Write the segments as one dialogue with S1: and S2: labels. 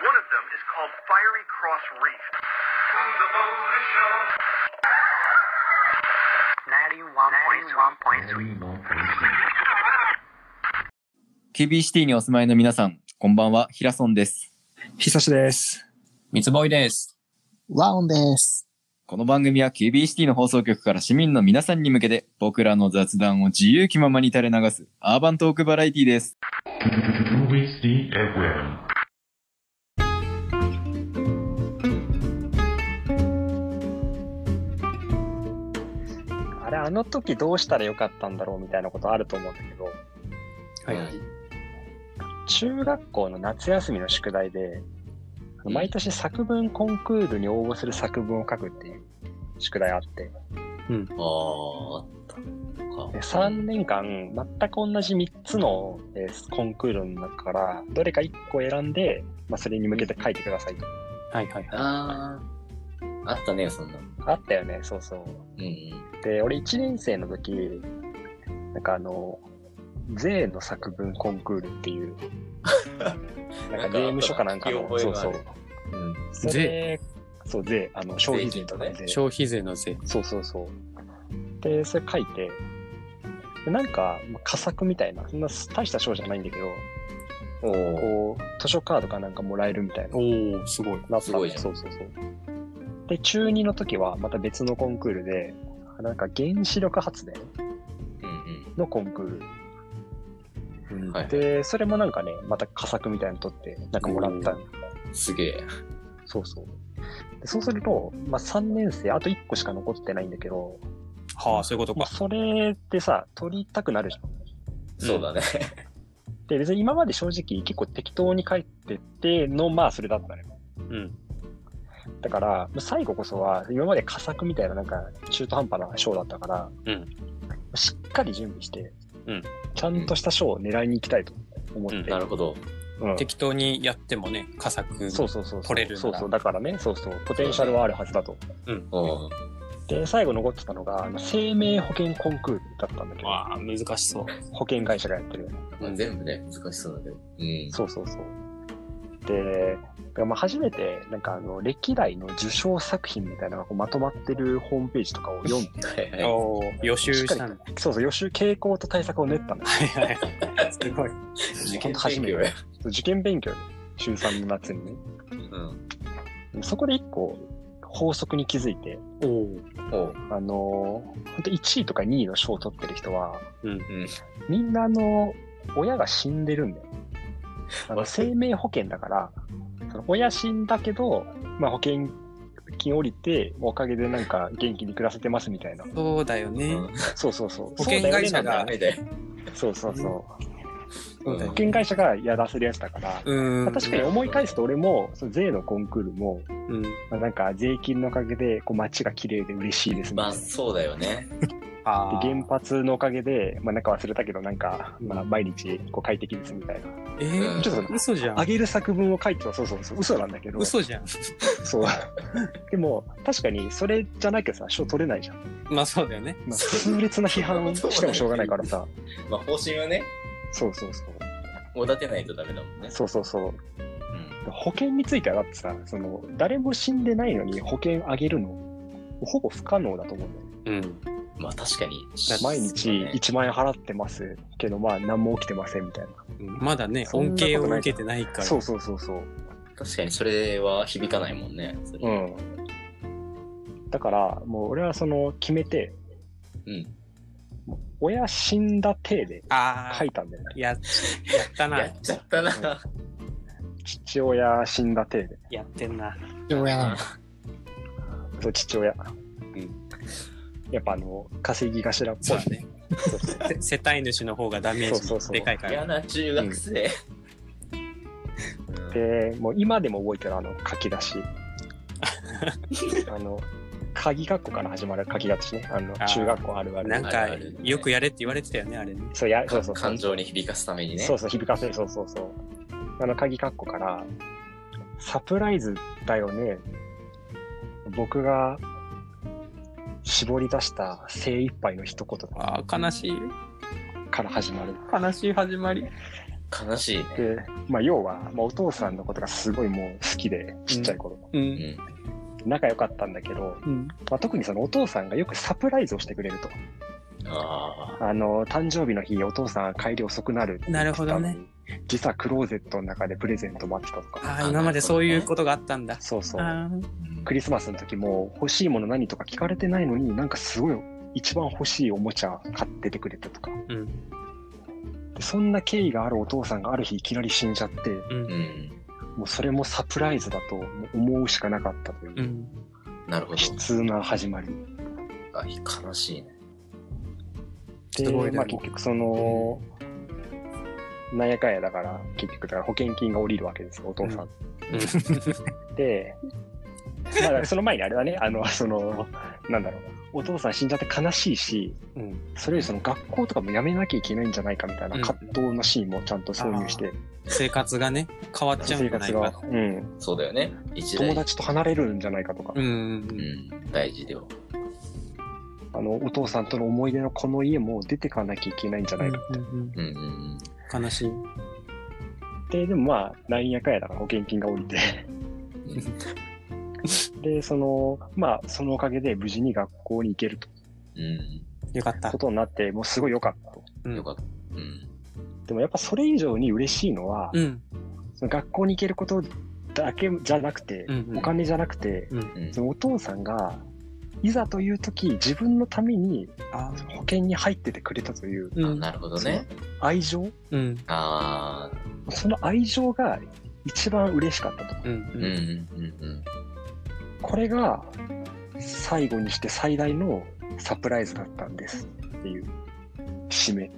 S1: One of them is called Fiery Cross Reef. Ninety-one point three.
S2: キュービーシティにお住まいの皆さん、こんばんは、ヒラソンです。
S3: ひさしです。
S4: 三つぼいです。
S5: ワオンです。
S2: この番組は QBCT の放送局から市民の皆さんに向けて僕らの雑談を自由気ままに垂れ流すアーバントークバラエティです。
S6: WSD FM.
S5: あれ、あの時どうしたらよかったんだろうみたいなことあると思うんだけど、
S3: はい。
S5: 中学校の夏休みの宿題で、あの毎年作文コンクールに応募する作文を書くっていう宿題あって、
S4: ああ、あったの
S5: で
S4: か。
S5: 3年間全く同じ3つの、えーコンクールの中から、どれか1個選んで、まあ、それに向けて書いてくださいと。
S3: はいはいはい。
S4: ああ、あったね、そんなの。
S5: あったよね、そうそう。
S4: うんうん。
S5: で、俺1年生の時、なんかあの、税の作文コンクールっていう、 なんか税務署かなんかの、
S4: 聞き
S5: そ
S4: 覚え
S5: う
S4: があ
S5: そ
S4: る
S5: う。
S4: うん、
S5: それそう、税、あの、消費税とかね税。
S3: 消費税の税。
S5: そうそうそう。で、それ書いて、でなんか、まあ佳作みたいな、そんな大した賞じゃないんだけど、
S4: おお、
S5: こう、図書カードかなんかもらえるみたいな。
S3: おおすごい。
S5: なった
S4: す
S5: の
S4: ごいじゃん
S5: そうそうそう。で、中2の時は、また別のコンクールで、なんか原子力発電
S4: うん
S5: のコンクール。
S4: うん。はい。
S5: で、それもなんかね、また佳作みたいなの取って、なんかもらった。
S4: すげえ。
S5: そうそう。でそうすると、まあ、3年生、あと1個しか残ってないんだけど、
S3: はあ、そういうこと
S5: まあ、
S3: か。
S5: それってさ、取りたくなるじゃん。
S4: そうだね。
S5: で、別に今まで正直結構適当に書いてっての、まあ、それだったね。
S3: うん。
S5: だから、まあ最後こそは、今まで佳作みたいな、なんか、中途半端な賞だったから、
S3: うん
S5: しっかり準備して、
S3: うん
S5: ちゃんとした賞を狙いに行きたいと思って。
S3: うん
S4: なるほど。
S5: うん
S3: 適当にやってもね、佳作。
S5: そうそうそうそう。
S3: 取れるなら
S5: そうそう。だからね、そうそう。ポテンシャルはあるはずだと。
S4: おお、
S5: で、最後残ってたのが、あの生命保険コンクールだったんだけど、
S3: わあ、難しそう。
S5: 保険会社がやってる。
S4: まあ全部ね、難しそうだけど。うん。
S5: そうそうそう。で、だからまあ初めて、なんかあの、歴代の受賞作品みたいなのがこうまとまってるホームページとかを読んで、
S4: はいはい。
S3: おお予習したの。
S5: そうそう、予習傾向と対策を練ったんです
S3: はいはい。すごい。
S4: 受験
S5: 初
S4: 勉
S5: め
S4: 強
S5: て
S4: や。
S5: 受験勉強で中3の夏にね。
S4: うん。
S5: そこで一個、法則に気づいて、
S3: おお
S4: おお、
S5: あのー、本当1位とか2位の賞を取ってる人は、
S4: うん。
S5: みんなあの、親が死んでるんだよ。あの
S4: わ
S5: 生命保険だから、その親死んだけど、まあ、保険金降りて、おかげでなんか元気に暮らせてますみたいな。
S3: そうだよね。
S5: そうそうそう。
S3: 保険会社
S4: ダ
S3: が
S4: メだよ。
S5: そうだよねなんかそうそうそう。
S3: そうだ
S5: 保
S3: よね。
S5: 険会社がやらせるやつだから、
S3: う
S5: まあ
S3: ん。
S5: 確かに思い返すと俺も、その税のコンクールも、
S3: うん。
S5: まあ、なんか税金のおかげでこう街が綺麗で嬉しいですみ
S4: ま
S5: たい
S4: あ
S5: な。
S4: そうだよね。
S3: ああ。
S5: で原発のおかげで、まあ、なんか忘れたけど、なんか、
S3: うん
S5: まあ、毎日こう快適ですみたいな。
S3: えー、
S5: ちょっと
S3: 嘘じゃ
S5: あ
S3: ん。
S5: げる作文を書いてた、そうそうそう、嘘なんだけど、
S3: 嘘じゃん。
S5: そう。 でも、確かに、それじゃなきゃさ、賞取れないじゃん。
S3: まあそうだよね。
S5: まあ、
S4: そう
S5: 痛烈な批判をしてもしょうがないからさ、
S4: まあ方針はね、
S5: そうそうそう。
S4: おだてないとダメだもんね。
S5: そうそうそう。
S4: うん。
S5: 保険についてはだってさ、その、誰も死んでないのに保険あげるの、ほぼ不可能だと思うんだよね。
S3: うん。
S4: まあ確かに。
S5: 毎日1万円払ってますけど、まあ、何も起きてませんみたい
S3: まだね、
S5: そん
S3: 恩
S5: なことない
S3: 恵を受けてないか
S5: な。
S3: ら。
S5: そうそうそうそう。
S4: 確かにそれは響かないもんね。それ
S5: うん。だから、もう俺はその、決めて、
S4: うん。
S5: 親死んだ体で
S3: ああ、
S5: 書いたんだよね。
S3: やっやったな。
S4: やっちゃったな。
S5: 父親死んだ体で。
S3: やってんな。
S5: 父親なそう、父親。やっぱあの、稼ぎ頭っぽ
S3: そう
S5: い
S3: だ。ね。 せ世帯主の方がダメー
S5: そうそう
S3: ジ
S5: そう
S3: でかいか
S4: 嫌
S3: ら。
S4: な中学生。 うん
S5: で、もう今でも覚えてるあの書き 出し。あの、鍵学校から始まる書き出しね。あの、
S3: あー
S5: 中学校あるあ
S3: なん
S5: る。
S3: か
S4: あるあるね、
S3: よくやれって言われてたよね、あれね。
S5: そうや、そうそ
S4: か
S5: うそう。
S4: 感情に響かすためにね。
S5: そうそう、響かせる、そうそうそう。あの鍵括弧から、サプライズだよね。僕が絞り出した精一杯の一言
S3: ああ、悲しい。
S5: から始まる。
S3: 悲しい始まり。
S4: 悲しいね。
S5: で、まあ、要は、まあ、お父さんのことがすごいもう好きで、ちっちゃい頃、
S3: う。
S4: うんん。
S5: 仲良かったんだけど、
S3: うん。
S5: まあ、特にそのお父さんがよくサプライズをしてくれると。
S4: あ
S5: あの、誕生日の日、お父さん帰り遅くなるって言ってたのに
S3: なるほどね。
S5: 実はクローゼットの中でプレゼント待ってたとか。
S3: ああ、今までそういうことがあったんだ。
S5: そうそう。
S3: あー
S5: クリスマスの時も欲しいもの何とか聞かれてないのになんかすごい一番欲しいおもちゃ買っててくれたとか、
S3: うん
S5: でそんな経緯があるお父さんがある日いきなり死んじゃって
S3: う。
S4: あ。うんん。
S5: もうそれもサプライズだと思うしかなかったという、
S3: うん。
S4: なるほど。
S5: 悲痛な始まり
S4: あ悲しいね。
S5: です
S3: ごいね
S5: まあ、結局その、なんやかんやだから結局だから保険金が下りるわけですよお父さん、で、まあ、だからその前にあれだねあのそのなんだろうお父さん死んじゃって悲しいし、
S3: うん。
S5: それよりその学校とかもやめなきゃいけないんじゃないかみたいな葛藤のシーンもちゃんと挿入して、
S3: 生活がね、変わっちゃうんじ
S5: 生
S3: ゃな
S5: 活
S3: い
S5: が
S3: か、と。
S5: うん、
S4: そうだよね。一大
S5: 友
S4: 事。
S5: 達と離れるんじゃないかとか、
S3: うん。
S4: うん。大事だよ。
S5: あのお父さんとの思い出のこの家も出てかなきゃいけないんじゃないか、
S3: うん
S4: うんうんうん。
S3: うん悲しい。
S5: ででもまあなんやかんやだから保険金が降りてでそのまあそのおかげで無事に学校に行けると
S4: うん。
S3: よかった
S5: こ。とになってもうすごい良かったと
S3: うん
S4: よかった。うん。
S5: でもやっぱそれ以上に嬉しいのは、
S3: うん。
S5: その学校に行けることだけじゃなくて、
S3: うんうん
S5: お金じゃなくて、
S4: うん
S5: そ。のお父さんがいざという時自分のために
S3: あー
S5: 保険に入っててくれたという
S3: う
S4: あ
S3: ん。
S4: なるほどね。
S5: 愛情
S3: うん。
S4: ああ。
S5: その愛情が一番嬉しかったと
S3: う
S4: うんうん
S3: ん。
S4: うんうん。
S5: これが最後にして最大のサプライズだったんですっていう締め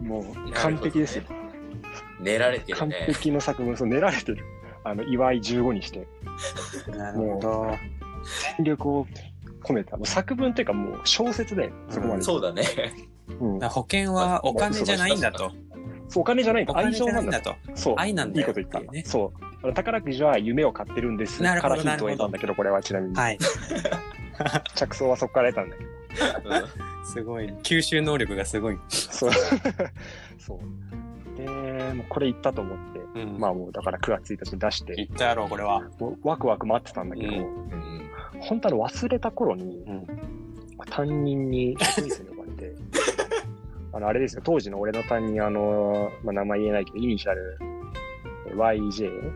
S5: もう完璧ですよ、
S4: な寝られてる
S5: 完
S4: ね。
S5: 璧の作文そう練られてるあの祝い15にして
S3: なるほど。
S5: 全力を込めたもう作文っていうかもう小説でそこまで、
S4: そうだね。
S5: うん
S3: だから保険はお金じゃないんだと。
S5: そうお金じゃないん
S3: お
S5: だ
S3: 金
S5: 愛
S3: じゃ
S5: 情
S3: な
S5: ないん
S3: ん
S5: だ
S3: だと。
S5: そう。
S3: 愛なんだ
S5: いい
S3: よ
S5: こと言った。
S3: っていうね
S5: そう。あの宝くじは夢を買ってるんです
S3: な
S5: か
S3: るほど
S5: らヒントを得たんだけど、これはちなみに、
S3: はい。
S5: 着想はそこから得たんだけど。
S3: すごい。吸収能力がすごい。
S5: そう。 そう。で、もうこれ言ったと思って、
S3: うん
S5: まあもうだから9月1日に出して、
S3: 言ったやろ、これは。
S5: もうワクワク待ってたんだけど、
S3: う
S4: うん
S5: 本当あの忘れた頃に、
S3: うん
S5: 担任に職員室に呼ばれて、 あの、あれですよ、当時の俺の担任、あの、まあ、名前言えないけど、イニシャル、YJ、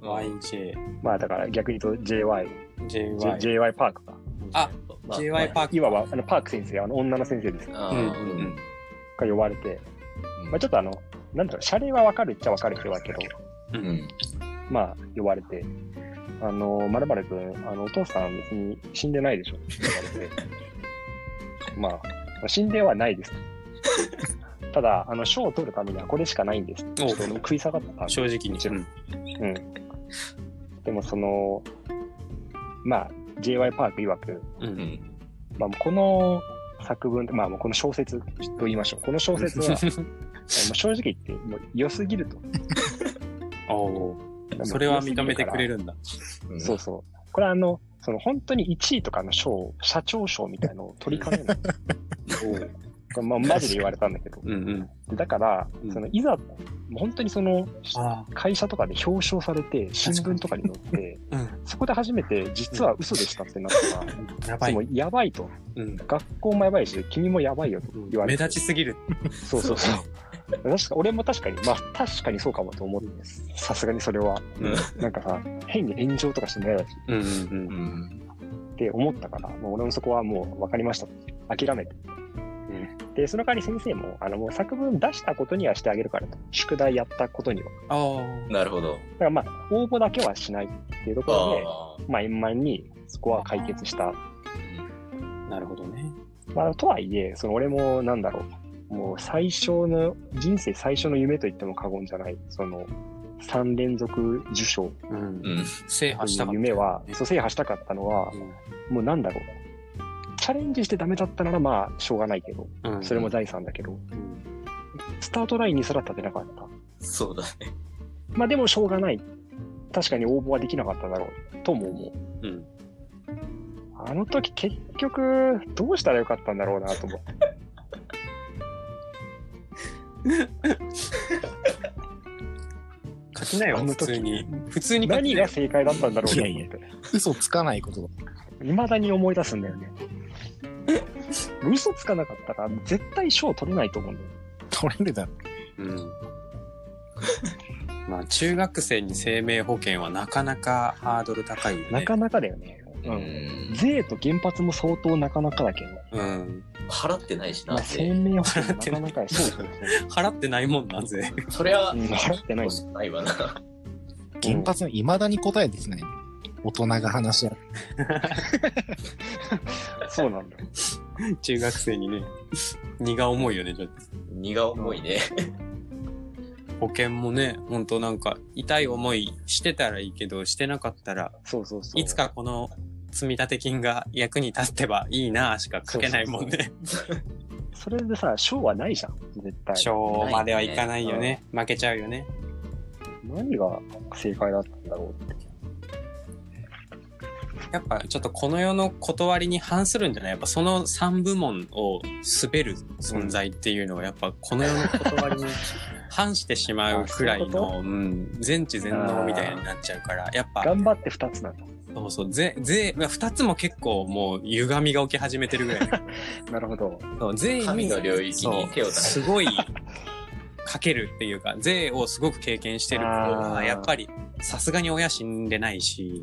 S3: YJ、
S5: まあだから逆に言うと JY、
S3: JY。
S5: JY パークか。
S3: あ、
S4: まあ
S3: JY パーク。
S5: いわばあのパーク先生、あの女の先生ですが
S4: あ
S3: うん
S4: ー
S3: う
S4: うん
S3: うん
S4: ん
S5: 呼ばれて、
S4: うん
S5: まあ、ちょっとあの、なんだろう、謝礼は分かるっちゃ分かる人だけど、
S3: う。
S4: うんん。
S5: まあ、呼ばれて、あの、まるまるくん、あの、お父さん別に死んでないでしょって 言われて、まあ、死んではないです。 ただ、あの、賞を取るためにはこれしかないんです。ちょ
S3: お
S5: っと食い下がったんで
S3: 正直に。うん
S5: でも、その、まあ、JY パーク曰く、
S3: う。
S4: うんん。
S5: まあ、この作文、まあ、もうこの小説と言いましょう。この小説は、もう正直言って、もう良すぎると。
S3: おー それは認めてくれ
S5: る。
S3: るんだ。
S4: うん
S5: そうそう。これはあの、その本当に1位とかの賞、社長賞みたいのを取りかね ない。これまあ、マジで言われたんだけど。
S3: うんうん。
S5: だから
S3: う、ん
S5: そのいざ、もう本当にその、
S3: あ
S5: 会社とかで表彰されて、新聞とかに載って、
S3: あ、うん。
S5: そこで初めて、実は嘘でしたってなったら、
S3: やばい
S5: も。うやばいと。
S3: うん。
S5: 学校もやばいし、君もやばいよと言わ
S3: 目
S5: れて。
S3: 立ちすぎる。
S5: そうそうそう。確か俺も確かに、まあ確かにそうかもと思って、さすがにそれは、
S3: う
S5: なんかさ、変に炎上とかしても嫌だし、
S3: うんうん
S4: う
S3: うん。
S4: ん。
S5: って思ったから、もう俺もそこはもう分かりましたと。諦めて。で、その代わり先生も、あの、もう作文出したことにはしてあげるからと。宿題やったことには。
S3: ああ。
S4: なるほど。
S5: だからまあ、応募だけはしないっていうところで、
S4: あ
S5: まあ、円満にそこは解決した。
S4: あ。うん
S3: なるほどね。
S5: まあ、とはいえ、その俺もなんだろう。もう最初の、人生最初の夢と言っても過言じゃない、その、3連続受賞
S3: うん
S4: うん。
S3: 制
S5: と
S3: 覇した
S5: い
S3: かっ
S5: う
S3: た。
S5: 夢は、そう制覇したかったのは、もうなんだろう。チャレンジしてダメだったならまあ、しょうがないけど、
S3: うん。
S5: それも財産だけど、
S3: うん
S5: スタートラインにすら立てなかった。
S4: そうだね。
S5: まあでもしょうがない。確かに応募はできなかっただろうとも思う。
S3: うん。
S5: あの時結局どうしたらよかったんだろうなと思って。
S3: 書きなよ、
S5: あの
S3: 普
S5: 時
S3: 通に。普通に書き
S5: 何
S3: な
S5: が
S3: よ。
S5: 正解だったんだろうと思って。
S7: 嘘つかないことだ。
S5: いまだに思い出すんだよね。嘘つかなかったら絶対賞取れないと思うんだよ。
S7: 取れるだろ。
S3: うん。 まあ、中学生に生命保険はなかなかハードル高いよね。
S5: なかなかだよね。
S4: う
S5: うん。
S4: ん。
S5: 税と原発も相当なかなかだけど、
S3: うん。
S4: 払ってないし
S5: ま
S4: な
S5: あ、
S4: っ
S5: 生
S4: て。
S5: 命保険もなかな かやそうそう
S3: 払ってないもんなんぜ。
S4: それは
S5: そう。う、ん払ってない。
S4: ないわな。
S7: 原発の未だに答えできない。大人が話し合う。
S5: そうなんだよ。
S3: 中学生にね。荷が重いよね、ちょっと。
S4: 荷が重いね。
S3: 保険もね、ほんとなんか、痛い思いしてたらいいけど、してなかったら、
S5: そうそうそう。
S3: いつかこの積立金が役に立ってばいいなしか書けないもんね。
S5: それでさ、賞はないじゃん、絶対。
S3: 賞まではいかないよね。負けちゃうよね。
S5: 何が正解だったんだろうって。
S3: やっぱちょっとこの世の断りに反するんじゃないやっぱその3部門を滑る存在っていうのはやっぱこの世の 断りに反してしまうくらい
S5: あそういう
S3: の、うん、全知全能みたいになっちゃうから、やっぱ、
S5: 頑張って2つなんだ。
S3: そうそう、ぜ、ぜ、2つも結構もう歪みが起き始めてるぐら い。
S5: なるほど。
S3: そう税に
S4: 神の領域に手を出
S3: そう
S4: す。
S3: すごいかけるっていうか税をすごく経験してる子
S5: あ
S3: は
S5: ー
S3: やっぱりさすがに親死んでないし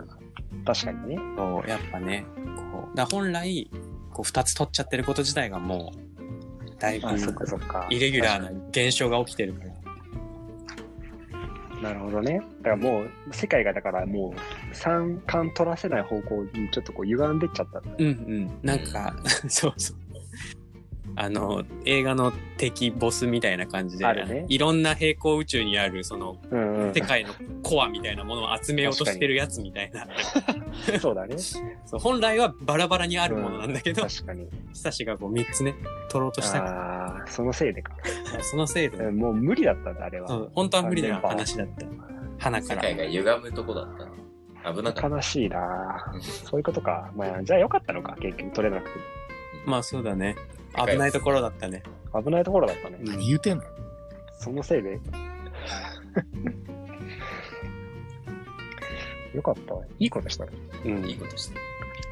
S5: 確かにね。
S3: そうやっぱねこうだから本来こう2つ取っちゃってること自体がもうだいぶ
S5: あ、そっかそっか。
S3: イレギュラーな現象が起きてるから
S5: なるほどね。だからもう、世界がだからもう、三冠取らせない方向にちょっとこう歪んでっちゃったんだね。
S3: うんうんなんか そうそうあの映画の敵ボスみたいな感じで、
S5: あるね
S3: いろんな平行宇宙にあるその
S5: うんうん
S3: 世。界のコアみたいなものを集めようとしてるやつみたいな
S5: そうだね。
S3: そう本来はバラバラにあるものなんだけど、
S5: 確かに。
S3: 久しがこう3つね、取ろうとしたか
S5: ああ、そのせいでか。
S3: ら、そのせいで、
S5: うんもう無理だったんだ、あれ
S3: そ
S5: は。
S3: う本当は無理な話だった。花か
S4: 世
S3: ら。
S4: 界が歪むとこだった。危なかっ
S5: 悲しいなそういうことか。まあ、じゃあよかったのか、結局取れなくて。
S3: まあそうだね。
S4: 世界
S3: 危ないところだったね。
S5: 危ないところだったね。
S7: 何言うてんの
S5: そのせいで。 よかったわ。いいことしたね。
S3: う
S4: た。いい
S3: ん。
S4: ことしてる。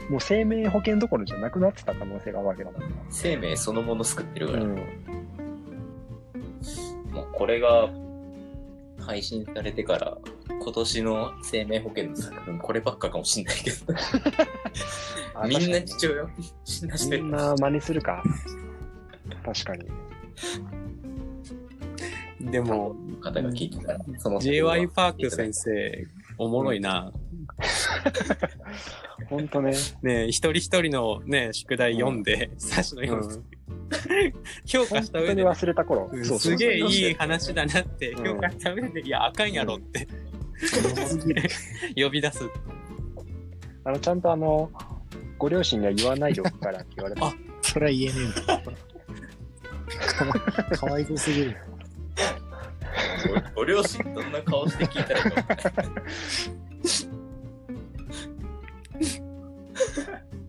S5: もう生命保険どころじゃなくなってた可能性があるわけだから。
S4: 生命そのもの救ってる
S5: う
S4: から。
S5: ん。
S4: もうこれが配信されてから、今年の生命保険の作品、こればっかかもしんないけど。
S5: あ
S4: みんな
S5: 確
S4: 貴重よ。みんなして
S5: かに
S4: る
S5: みん。な真似するか。確かに。
S3: でも、
S4: 方が聞いてたら、その
S3: J.Y. パーク先生、おもろいな。
S5: ほん とね。
S3: ねえ一人一人のね、宿題読んで、サシの
S5: う
S3: 読む。
S5: ん
S3: 評価
S5: 本
S3: した
S5: 当
S3: 上
S5: に
S3: で、
S5: 忘れた頃。
S3: うん
S5: そうそう
S3: すげえいい話だなって、
S5: うん
S3: 評価した上で、いや、あかんやろって、 呼び出す。
S5: あの、ちゃんとあの、ご両親には言わないでおくからって言われた。
S3: あ
S7: それは言えねえんだ。かわいそうすぎる。
S4: ごご両親どんな顔して聞いたらいいか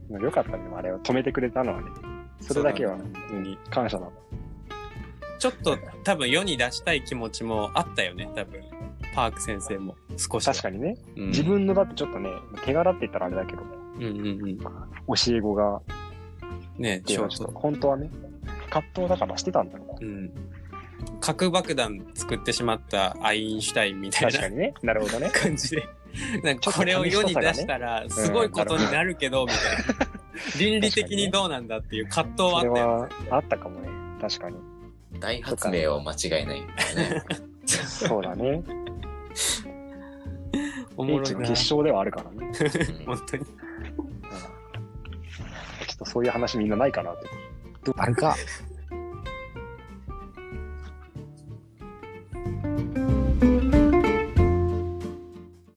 S4: 分かんない
S5: よかったね、あれを止めてくれたのはね。それだけは、
S3: そうだね
S5: うん感謝なの。
S3: ちょっと多分世に出したい気持ちもあったよね、多分。パーク先生も少し。
S5: 確か
S3: に。
S5: にね、
S3: うん、
S5: 自分のだってちょっとね、手柄って言ったらあれだけど、
S3: うんうんうん。
S5: 教え子が
S3: ね
S5: って
S3: シ
S5: いう
S3: ョ
S5: のはち
S3: ー
S5: ょ
S3: ト。
S5: っと本当はね、葛藤だからしてたんだろう
S3: うん。核爆弾作ってしまったアインシュタインみた
S5: な。
S3: い
S5: 確か
S3: な
S5: にね。なるほどね。
S3: 感じで。 なん
S5: ち
S3: か
S5: ょっと
S3: これを世に出
S5: 寂し
S3: し
S5: さ
S3: たらすごいことになるけど、みたいな。倫理的にどうなんだっていう葛藤はあ
S5: そ
S3: った
S5: れ
S3: よね。
S5: はあったかもね。確かに。
S4: 大発明は間違いない、ね。
S5: そうだね。
S3: おも
S5: 英
S3: ろ
S5: 知
S3: い
S5: の
S3: な。
S5: 決勝ではあるからね。
S4: うん
S3: 本当に。
S5: ちょっとそういう話みんなないかなって。
S7: あるか。